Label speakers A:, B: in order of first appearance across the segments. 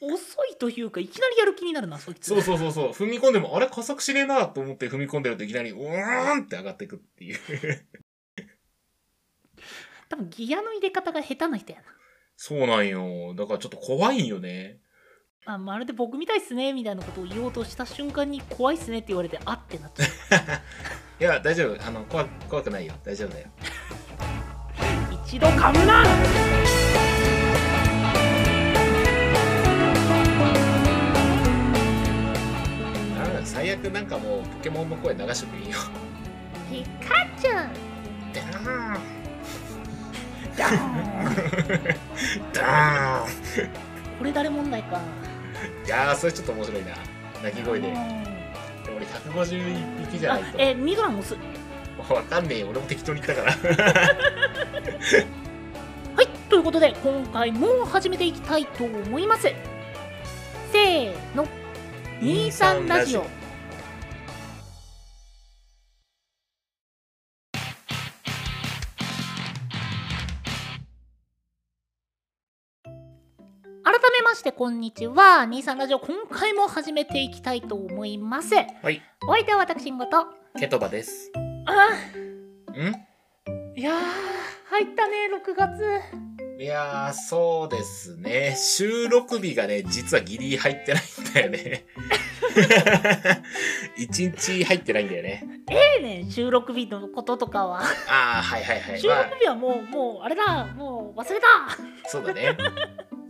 A: 遅いというかいきなりやる気になるなそいつ
B: そうそうそうそう。踏み込んでも、あれ加速しねえなと思って踏み込んでるといきなり、うーんって上がっていくっていう。
A: 多分ギアの入れ方が下手な人や
B: そうなんよ。だからちょっと怖いんよね。
A: なあまるで僕みたいっすねみたいなことを言おうとした瞬間に怖いっすねって言われてあってなっちゃう
B: いや、大丈夫。あの、怖怖くないよ。大丈夫だよ。
A: 一度噛むな
B: あの最悪なんかもう、ポケモンの声流しとくいいよ。
A: ピカチュウ
B: ダーン
A: ダーン
B: ダーン
A: これ誰問題か
B: いやー、それちょっと面白いな。鳴き声で。
A: う
B: でも
A: ん
B: 俺151匹じゃ
A: あ
B: ないと。
A: えミドランもす
B: わかんねえよ俺も適当に言ったから
A: はい、ということで今回も始めていきたいと思いますせーの23ラジオ改めましてこんにちは23ラジオ今回も始めていきたいと思います
B: はい
A: お相手は私んごとあ
B: ケトバですん
A: いやー入ったね6月
B: いやーそうですね収録日がね実はギリ入ってないんだよね 一日入ってないんだよね
A: ええねん収録日のこととかは
B: ああはいはいはい、
A: 収
B: ま
A: 録日はもう、もう、あれだ、もう忘れた。
B: あ、そうだね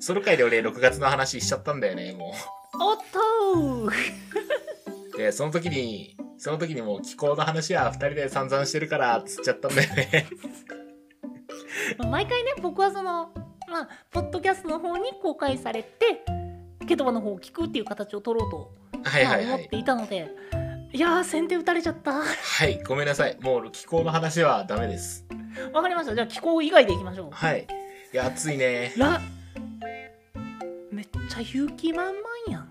B: ソロ会で俺6月の話しちゃったんだよねも
A: おっとー
B: うでその時にその時にもう気候の話は2人で散々してるからつっちゃったんだよね
A: まあ毎回ね、僕はその、まあ、ポッドキャストの方に公開されて、ケトバの方を聞くっていう形を取ろうと、
B: はいはい
A: まあ
B: は
A: 思っ
B: い
A: ていたので、いやー、先手打たれちゃった。
B: はいごめんなさいもう気候の話はダメです
A: わかりました。じゃあ、気候以外でいきましょ
B: はいいや暑いね
A: う。ら、めっちゃ勇気満々やん。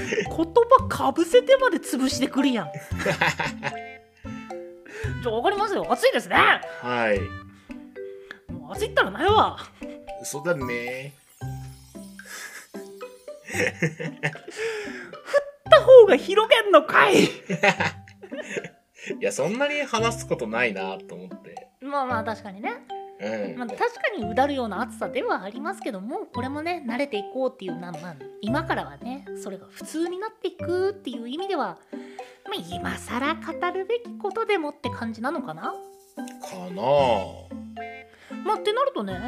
A: 言葉かぶせてまで潰してくる やん。じゃあ、わかりますよ。暑いですね。
B: はい。
A: もう焦ったらないわ。
B: そうだね。
A: った方が広げんのかい
B: いや、そんなに話すことないなと思って。
A: まあまあ確かにね、
B: うん。
A: まあ、確かにうだるような暑さではありますけどもこれもね慣れていこうっていうな、まあ、今からはねそれが普通になっていくっていう意味では、まあ、今更語るべきことでもって感じなのかな、
B: かなぁ。
A: まあ、ってなるとね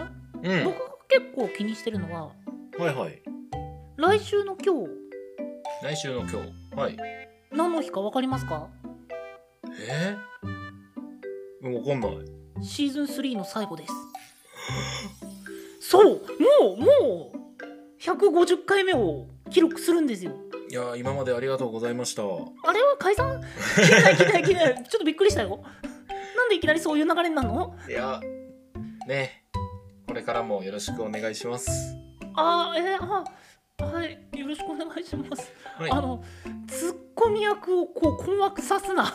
B: うん。
A: 僕が結構気にしてるのは
B: はいはい。
A: 来週の今日
B: 来週の今日。はい。
A: 何の日か分かりますか
B: えー、わかんない。
A: シーズン3の最後ですそうもうもう150回目を記録するんですよ
B: いやー、今までありがとうございました。
A: あれは解散切れない切れない切れないちょっとびっくりしたよなんでいきなりそういう流れになるの
B: いや、ね。これからもよろしくお願いします。
A: あーえー、あはいよろしくお願いします、
B: はい。
A: あのツッコミ役をこう困惑さすな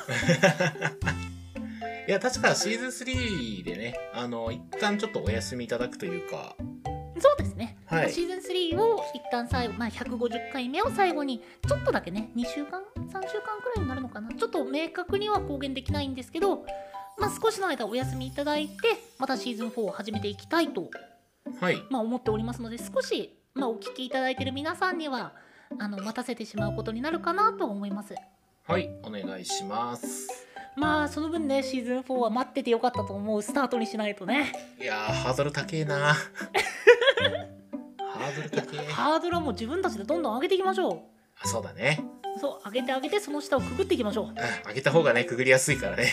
B: いや、確かシーズン3でね、あの、一旦ちょっとお休みいただくというか。
A: そうですね、
B: はい。
A: シーズン3を一旦最後、まあ、150回目を最後にちょっとだけね2週間3週間くらいになるのかなちょっと明確には公言できないんですけどまあ少しの間お休みいただいてまたシーズン4を始めていきたいと
B: はい。
A: まあ、思っておりますので少し、まあ、お聞きいただいている皆さんにはあの待たせてしまうことになるかなと思います
B: はい。お願いします。
A: まあその分ねシーズン4は待っててよかったと思うスタートにしないとね
B: いやーハードル高えな ハードル高え
A: ハードルはもう自分たちでどんどん上げていきましょ
B: あそうだね
A: うそう上げて上げてその下をくぐっていきましょう、ま
B: うん上げた方がねくぐりやすいからね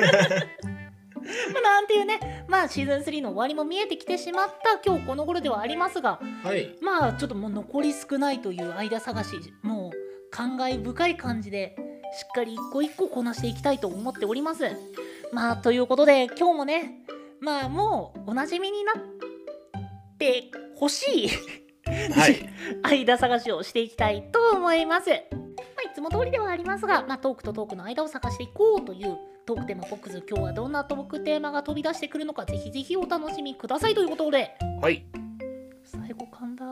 A: あ、なんていうねまあシーズン3の終わりも見えてきてしまった今日この頃ではありますが
B: はい
A: まあちょっともう残り少ないという間探しもう感慨深い感じでしっかり一個一個こなしていきたいと思っております。まあということで今日もねまあもうおなじみになってほしい
B: はい
A: 間探しをしていきたいと思います。まあ、いつも通りではありますが、まあ、トークとトークの間を探していこうというトークテーマボックス今日はどんなトークテーマが飛び出してくるのかぜひぜひお楽しみくださいということで
B: はい
A: 最後噛んだ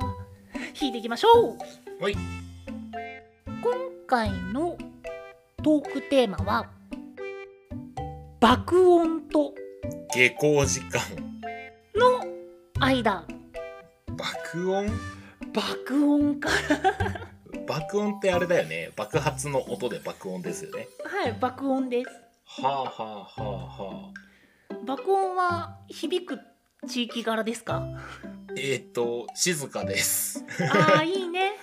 A: 引いていきましょう
B: はい
A: 今回のトークテーマは爆音と
B: 下校時間
A: の間
B: 爆音
A: 爆音か
B: 爆音ってあれだよね爆発の音で爆音ですよね
A: はい爆音です
B: はあはあはあはあ
A: 爆音は響く地域柄ですか
B: えっ、ー、と静かです
A: あーいいねっ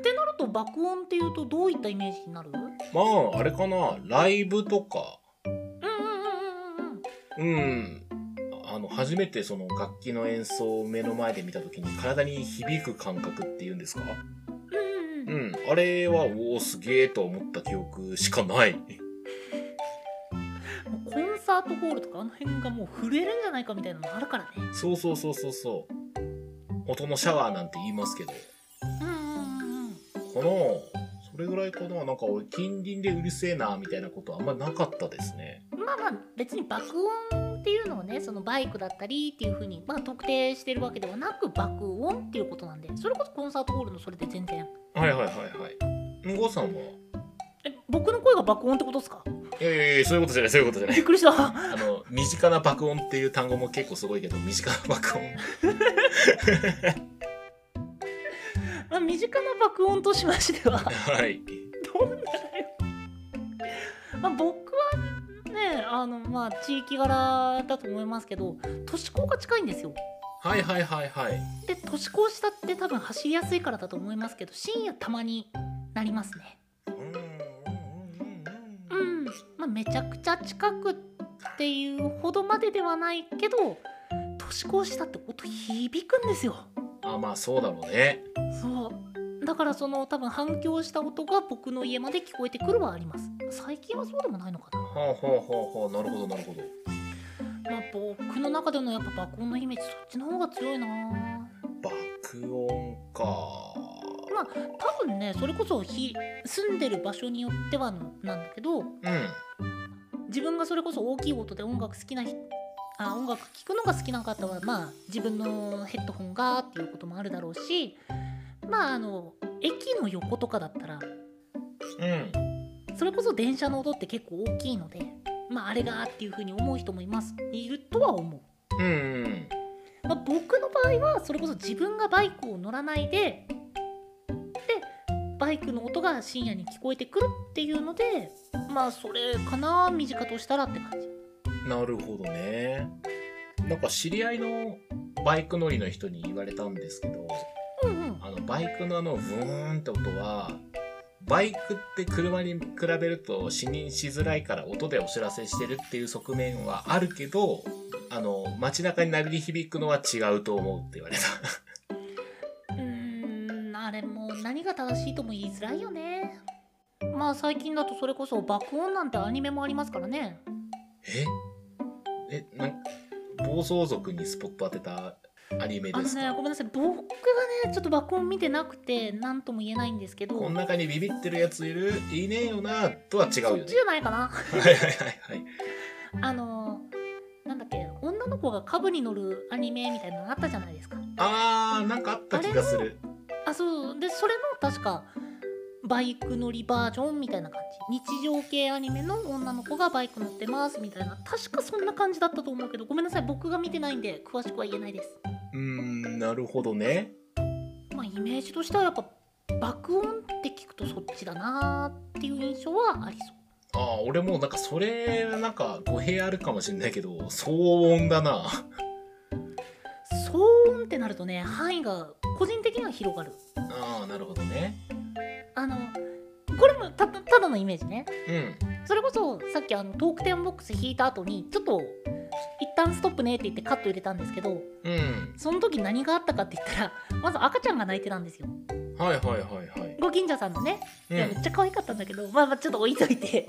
A: てなると爆音っていうとどういったイメージになるうんうん
B: まああれかなライブとか
A: うんうんうん
B: うんあの初めてその楽器の演奏を目の前で見た時に体に響く感覚っていうんですか
A: うんうん
B: う
A: うん
B: んあれはおおすげえと思った記憶しかない
A: もうコンサートホールとかあの辺がもう震えるんじゃないかみたいなのもあるからね
B: そうそうそうそうそう音のシャワーなんて言いますけど
A: うんうんうんうん
B: かなそれぐらいかななんか俺近隣でうるせえなみたいなことあんまなかったですね
A: まあまあ別に爆音っていうのをねそのバイクだったりっていう風にまあ特定してるわけではなく爆音っていうことなんでそれこそコンサートホールのそれで全然
B: はいはいはいはい向こうさんは
A: え僕の声が爆音ってことです か
B: いやいやいやそういうことじゃないそういうことじゃな
A: び
B: い
A: っくりした
B: あの身近な爆音っていう単語も結構すごいけど身近な爆音
A: まあ身近な爆音としましては
B: はい
A: どんなだよまあ僕はねあのまあ地域柄だと思いますけど都市高が近いんですよ
B: はいはいはいはい
A: で都市高下って多分走りやすいからだと思いますけど深夜たまになりますね
B: うーんうんうんう
A: うん
B: う
A: ん、
B: ん
A: まあ、めちゃくちゃ近くっていうほどまでではないけど年越したって音響くんですよ
B: あまあそうだろうね
A: そうだからその多分反響した音が僕の家まで聞こえてくるはあります最近はそうでもないのかな、
B: ほうほうほうほうなるほどなるほど
A: まあ、僕の中でのやっぱ爆音のイメージそっちの方が強いな
B: 爆音か
A: 多分ねそれこそひ住んでる場所によってはのなんだけど
B: うん
A: 自分がそれこそ大きい音で音楽好きな人あ音楽聴くのが好きな方はまあ自分のヘッドホンがっていうこともあるだろうしまああの駅の横とかだったら
B: うん
A: それこそ電車の音って結構大きいのでまああれがっていうふうに思う人もいますいるとは思
B: うんうん
A: う、まあ、僕の場合はそれこそ自分がバイクを乗らないででバイクの音が深夜に聞こえてくるっていうのでまあそれかな身近としたらって感じ
B: なるほどね。なんか知り合いのバイク乗りの人に言われたんですけど、
A: うんうん
B: あのバイクのあのブーンって音は、バイクって車に比べると視認しづらいから音でお知らせしてるっていう側面はあるけど、あの街中に鳴り響くのは違うと思うって言われた。
A: うーんあれもう何が正しいとも言いづらいよねまあ最近だとそれこそ爆音なんてアニメもありますからね
B: ええ、なん暴走族にスポット当てたアニメ
A: あ
B: で
A: の
B: す
A: ね
B: か
A: ごめんなさい僕がねちょっと爆音見てなくて何とも言えないんですけど
B: こん中にビビってるやついるいねえよなとは違うよ
A: そっ
B: ね
A: ちじ。ゃないかな
B: はいはいはいはい。
A: あのなんだっけ女の子がカブに乗るアニメみたいなのあったじゃないですか
B: あーなんかあった気がする
A: あそうでそれの確かバイク乗りバージョンみたいな感じ日常系アニメの女の子がバイク乗ってますみたいな確かそんな感じだったと思うけどごめんなさい僕が見てないんで詳しくは言えないです
B: うーんなるほどね
A: まあイメージとしてはやっぱ爆音って聞くとそっちだなーっていう印象はありそう
B: ああ俺もなんかそれなんか語弊あるかもしれないけど騒音だな
A: 騒音ってなるとね範囲が個人的には広がる
B: ああなるほどね
A: あのこれもたただのイメージね
B: うん
A: それこそさっきあのトークテーマボックス引いた後にちょっと一旦ストップねって言ってカット入れたんですけど
B: うん
A: その時何があったかって言ったらまず赤ちゃんが泣いてたんですよ
B: はいはいはいはい
A: ご近所さんのね、
B: う
A: いやめっちゃ可愛かったんだけどまあまあちょっと置いといて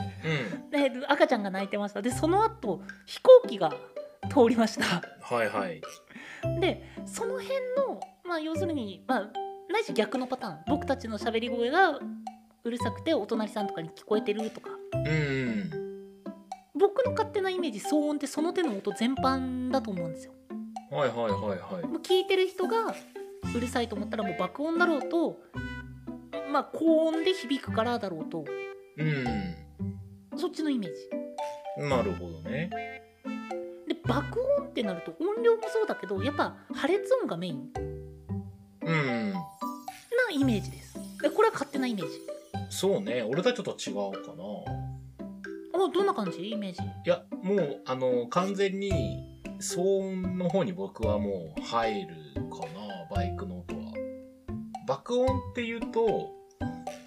B: んうん
A: で赤ちゃんが泣いてましたでその後飛行機が通りました
B: はいはい
A: でその辺のまあ要するにまあないし逆のパターン僕たちの喋り声がうるさくてお隣さんとかに聞こえてるとか
B: うん
A: 僕の勝手なイメージ騒音ってその手の音全般だと思うんですよ
B: はいはいはいはい。
A: もう聞いてる人がうるさいと思ったらもう爆音だろうとまあ高音で響くからだろうと
B: うん。
A: そっちのイメージ
B: なるほどね。
A: で爆音ってなると音量もそうだけどやっぱ破裂音がメインな
B: うん。
A: イメージですでこれは勝手なイメージ
B: そうね。俺たちと違うかな。
A: あどんな感じイメージ
B: いや、もう、あの、完全に、騒音の方に僕はもう入るかな、バイクの音は。爆音っていうと、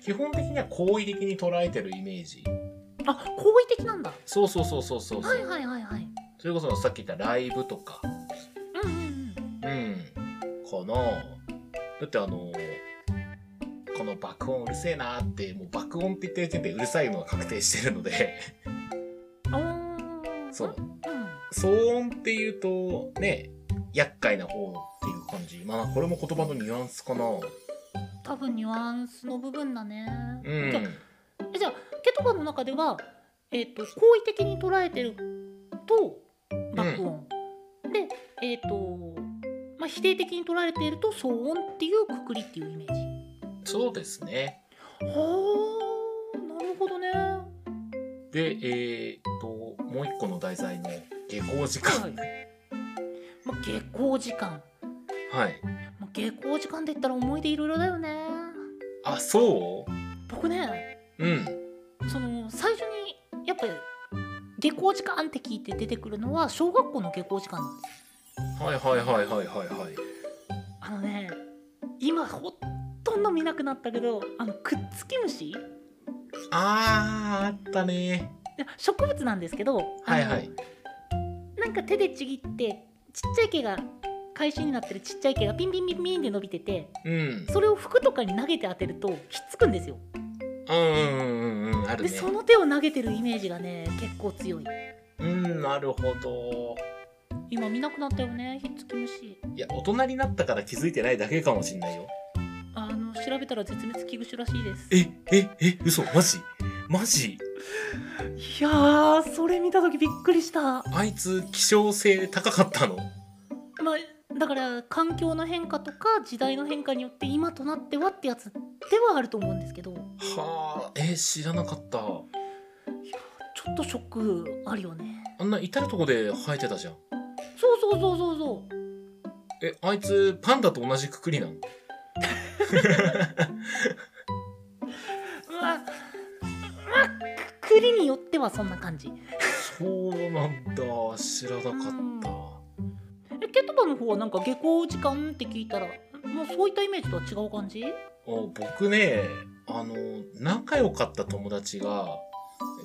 B: 基本的には好意的に捉えてるイメージ。
A: あ好意的なんだ
B: そうそうそうそうそう。
A: は
B: そう
A: いはいはいはい
B: それこそさっき言ったライブとか、
A: うんうんうん
B: うん、かなだってあのこの爆音うるせえなーってもう爆音って言ってる時点でうるさいのが確定してるので
A: あー
B: そう
A: うん
B: 騒音っていうとね厄介な方っていう感じまあこれも言葉のニュアンスかな
A: 多分ニュアンスの部分だね、
B: うん
A: じゃえじゃあケトバの中では、えっと好意的に捉えてると爆音、でえっ、と、まあ、否定的に捉えていると騒音っていうくくりっていうイメージ
B: そうですね
A: はあなるほどねは
B: でえー、っともう一個の題材の下校時間
A: い、まあ、下校時間、
B: はい
A: まあ、下校時間って言ったら思い出いろいろだよね
B: あそ
A: 僕ね
B: ううん
A: その最初にやっぱり下校時間って聞いて出てくるのは小学校の下校時間なんですよ
B: はいはいはいはいはいはい
A: あのね今ほとんど見なくなったけどあのくっつき虫
B: あーあったね
A: で植物なんですけどあの
B: はいはい
A: なんか手でちぎってちっちゃい毛が返しになってるちっちゃい毛がピンピンピンピンで伸びてて
B: うん
A: それを服とかに投げて当てるとひっつくんですよ
B: うんうんうんうんうんある
A: で
B: ね
A: その手を投げてるイメージがね結構強い
B: うんなるほど
A: 今見なくなったよねひっつき虫
B: いや大人になったから気づいてないだけかもしんないよ
A: あの調べたら絶滅危惧種らしいです
B: えええ嘘マジマジ
A: いやーそれ見た時びっくりした
B: あいつ希少性高かったの
A: まあ、だから環境の変化とか時代の変化によって今となってはってやつではあると思うんですけど
B: はあえ知らなかっ
A: ち
B: た
A: ょっとショックあるよね
B: あんな至るとこで生えてたじゃん
A: そうそうそうそうそう
B: えあいつパンダと同じくくりなの
A: うわまあくくりによってはそんな感じ
B: そうなんだ知らなかった
A: えケトバの方はなんか下校時間って聞いたらもうそういったイメージとは違う感じ
B: お僕ねあの仲良かった友達が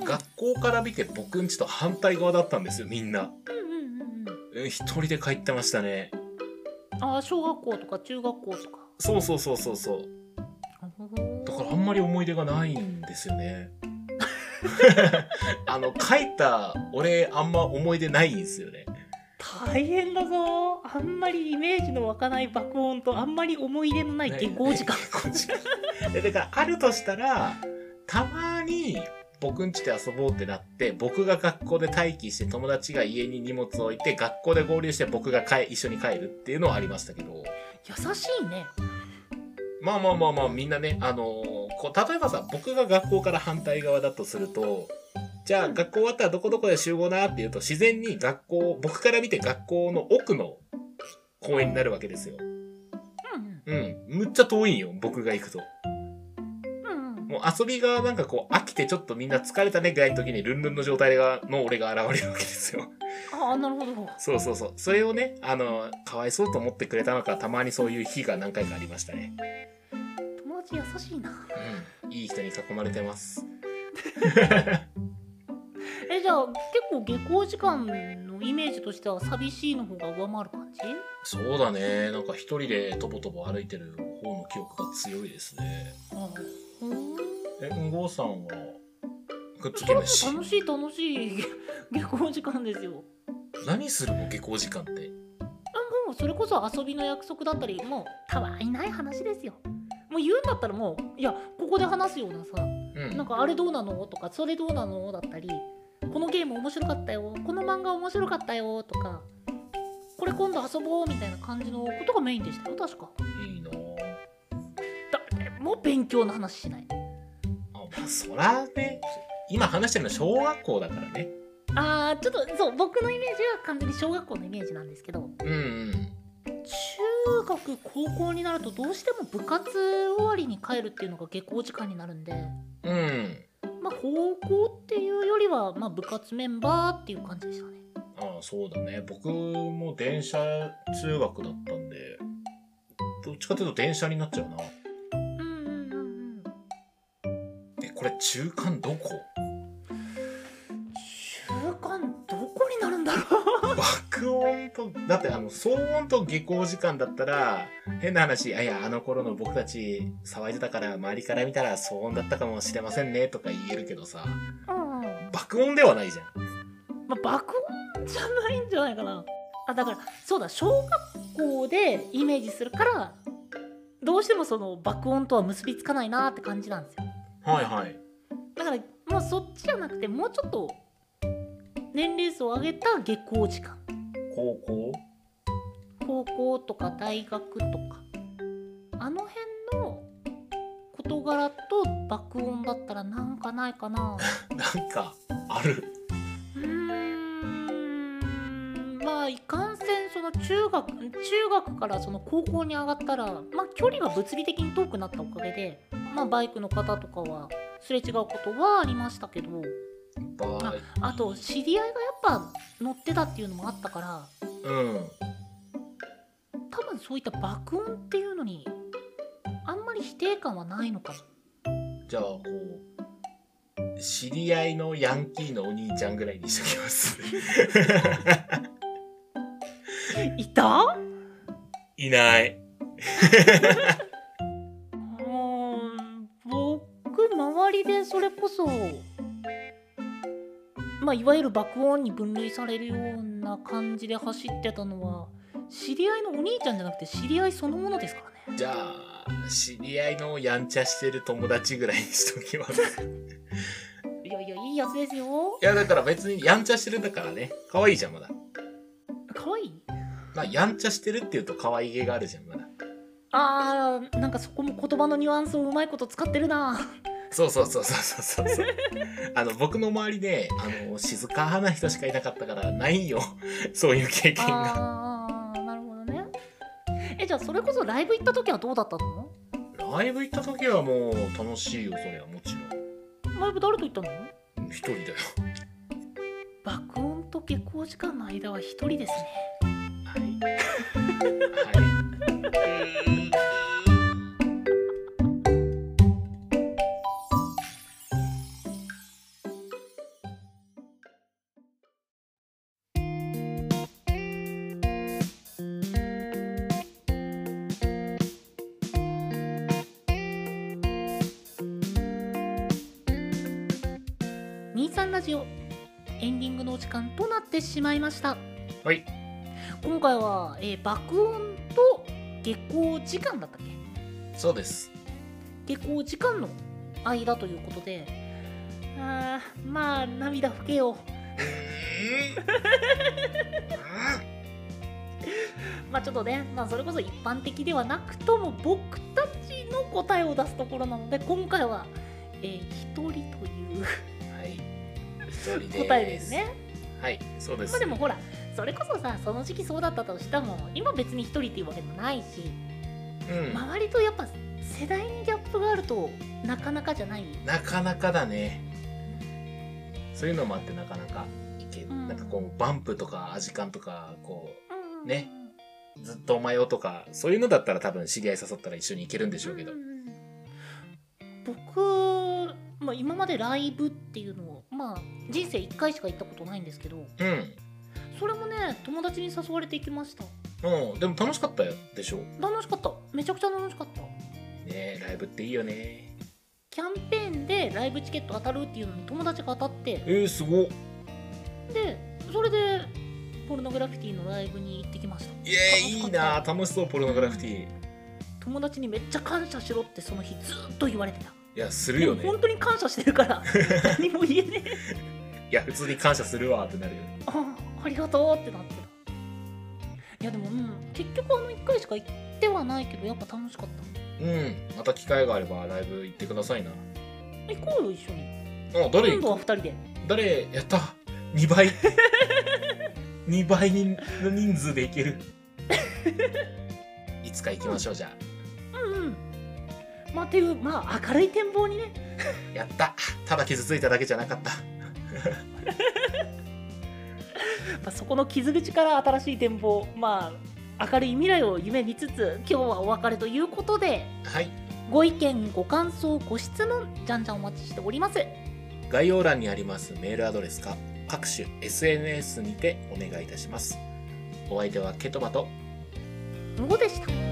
B: 学校から見て僕んちと反対側だったんですよみんな
A: うんうんうんうん
B: え一人で帰ってましたね
A: ああ小学校とか中学校とか
B: そうそうそうそうそうだからあんまり思い出がないんですよね あの書いた俺あんま思い出ないんですよね
A: 大変だぞあんまりイメージの湧かない爆音とあんまり思い入れのない下校時 間、
B: 下校時間えだからあるとしたらたまに僕ん家で遊ぼうってなって僕が学校で待機して友達が家に荷物置いて学校で合流して僕が帰一緒に帰るっていうのはありましたけど
A: 優しいね
B: まあまあまあまあみんなねあのーこう例えばさ僕が学校から反対側だとするとじゃあ
A: うん
B: 学校終わったらどこどこで集合なっていうと自然に学校僕から見て学校の奥の公園になるわけですよ。
A: うん
B: うん。むっちゃ遠いんよ僕が行くと。
A: うんうん
B: もう遊びがなんかこう飽きてちょっとみんな疲れたねぐらいの時にルンルンの状態がの俺が現れるわけですよ。
A: ああなるほど
B: そうそうそう。それをねあのーかわいそうと思ってくれたのかたまにそういう日が何回かありましたね。
A: 友達優しいな
B: うん。いい人に囲まれてます。
A: えじゃあ結構下校時間のイメージとしては寂しいの方が上回る感じ
B: そうだね。なんか一人でとぼとぼ歩いてる方の記憶が強いですね。
A: あほん
B: え、うんごうさんは、くっつ
A: そ
B: け
A: れも
B: ないし。
A: 楽しい楽しい下下校時間ですよ
B: 何するの下校時間って。
A: あもうそれこそ遊びの約束だったりもうたわいない話ですよもう言うんだったらもういやここで話すようなさ
B: うん。
A: なんかあれどうなのとかそれどうなのだったりこのゲーム面白かったよこの漫画面白かったよとかこれ今度遊ぼうみたいな感じのことがメインでしたよ確か
B: いいな
A: 誰も勉強の話しない
B: あまあそらね今話してるのは小学校だからね
A: あーちょっとそう僕のイメージは完全に小学校のイメージなんですけど
B: うんうん
A: 中学高校になるとどうしても部活終わりに帰るっていうのが下校時間になるんで
B: うん
A: まあ高校っていうよりは、まあ、部活メンバーっていう感じでしたね
B: ああそうだね僕も電車通学だったんでどっちかというと電車になっちゃうな
A: うんうんうんうん
B: えこれ中間どこ
A: 中間どこになるんだろう
B: 爆音とだってあの騒音と下校時間だったら変な話あいやあの頃の僕たち騒いでたから周りから見たら騒音だったかもしれませんねとか言えるけどさ
A: うん、うん
B: 爆音ではないじゃん
A: まあ、爆音じゃないんじゃないかなあだからそうだ小学校でイメージするからどうしてもその爆音とは結びつかないなって感じなんですよ
B: はいはい
A: だからもうそっちじゃなくてもうちょっと年齢層を上げた下校時間
B: 高校
A: 高校とか大学とかあの辺の事柄と爆音だったらなんかないかな
B: なんかある
A: うーんまあいかんせんその中学中学からその高校に上がったらまあ距離が物理的に遠くなったおかげでまあバイクの方とかはすれ違うことはありましたけど
B: バイ
A: あと知り合いがやっぱ乗ってたっていうのもあったから
B: うん
A: 多分そういった爆音っていうのにあんまり否定感はないのかも
B: じゃあこう知り合いのヤンキーのお兄ちゃんぐらいにしときます
A: いた
B: いない
A: うん僕周りでそれこそまあいわゆる爆音に分類されるような感じで走ってたのは知り合いのお兄ちゃんじゃなくて知り合いそのものですからね
B: じゃあ知り合いのやんちゃしてる友達ぐらいにしときますい
A: いやいやいいやつですよ
B: やだから別にやんちゃしてるだからね可愛いじゃんまだ、
A: かわいい
B: まあ、やんちゃしてるっていうと可愛げがあるじゃんまだ
A: あーなんかそこも言葉のニュアンスをうまいこと使ってるな
B: そうそうそうそうそうそ うそうあの僕の周りであの静かな人しかいなかったからないよそういう経験が
A: ああーなるほどねえじゃあそれこそライブ行った時はどうだったの
B: ライブ行った時はもう楽しいよそれはもちろ
A: ライブ誰と行ったの
B: ん一人だよ
A: 爆音と下校時間の間は一人ですね
B: はい。はい。
A: 23ラジオエンディングのお時間となってしまいました
B: はい
A: 今回は、えー爆音と下校時間だったっ
B: そ うです。
A: け下校時間の間ということであーまあ涙拭けよまあちょっとね、まあ、それこそ一般的ではなくとも僕たちの答えを出すところなので今回は、えー、一人という
B: はい。一人です。
A: 答えですね。
B: はい、そうで
A: まあ
B: す
A: で。もほらそれこそさその時期そうだったとしても今別に一人っていうわけでもないし
B: うん。
A: 周りとやっぱ世代にギャップがあるとなかなかじゃない
B: なかなかだね。そういうのもあってなかなかいけ、
A: ん
B: なんかこうバンプとかアジカンとかこねうずっとお前よとかそういうのだったら多分知り合い誘ったら一緒に行けるんでしょうけど。
A: んんうん僕、まあ、今までライブっていうのをまあ人生1回しか行ったことないんですけど
B: うん。
A: それもね友達に誘われて行きました
B: うん、でも楽しかったでしょう。
A: 楽しかっためちゃくちゃ楽しかった
B: ねえライブっていいよね。
A: キャンペーンでライブチケット当たるっていうのに友達が当たって
B: えー、すごっ
A: でそれでポルノグラフィティのライブに行ってきました
B: いえいいな楽しそうポルノグラフィティい
A: 友達にめっちゃ感謝しろってその日ずっと言われてた
B: やするよね
A: でも本当に感謝してるから 何も言えねえ
B: いや普通に感謝するわってなるよね
A: あありがとうってなってたいやでも、うん、結局あの1回しか行ってはないけどやっぱ楽しかった
B: うんまた機会があればライブ行ってくださいな
A: 行こうよ一緒に
B: あ誰
A: 今度は2人で
B: 誰やった2倍 2倍人の人数でいけるいつか行きましょうじゃ
A: うんうんまあっていうまあ明るい展望にね
B: あやったただ傷ついただけじゃなかった
A: やっぱそこの傷口から新しい展望まあ明るい未来を夢見つつ今日はお別れということで
B: はい
A: ご意見ご感想ご質問じゃんじゃんお待ちしております
B: 概要欄にありますメールアドレスか各種 SNS にてお願いいたしますお相手はケトバと
A: のごでした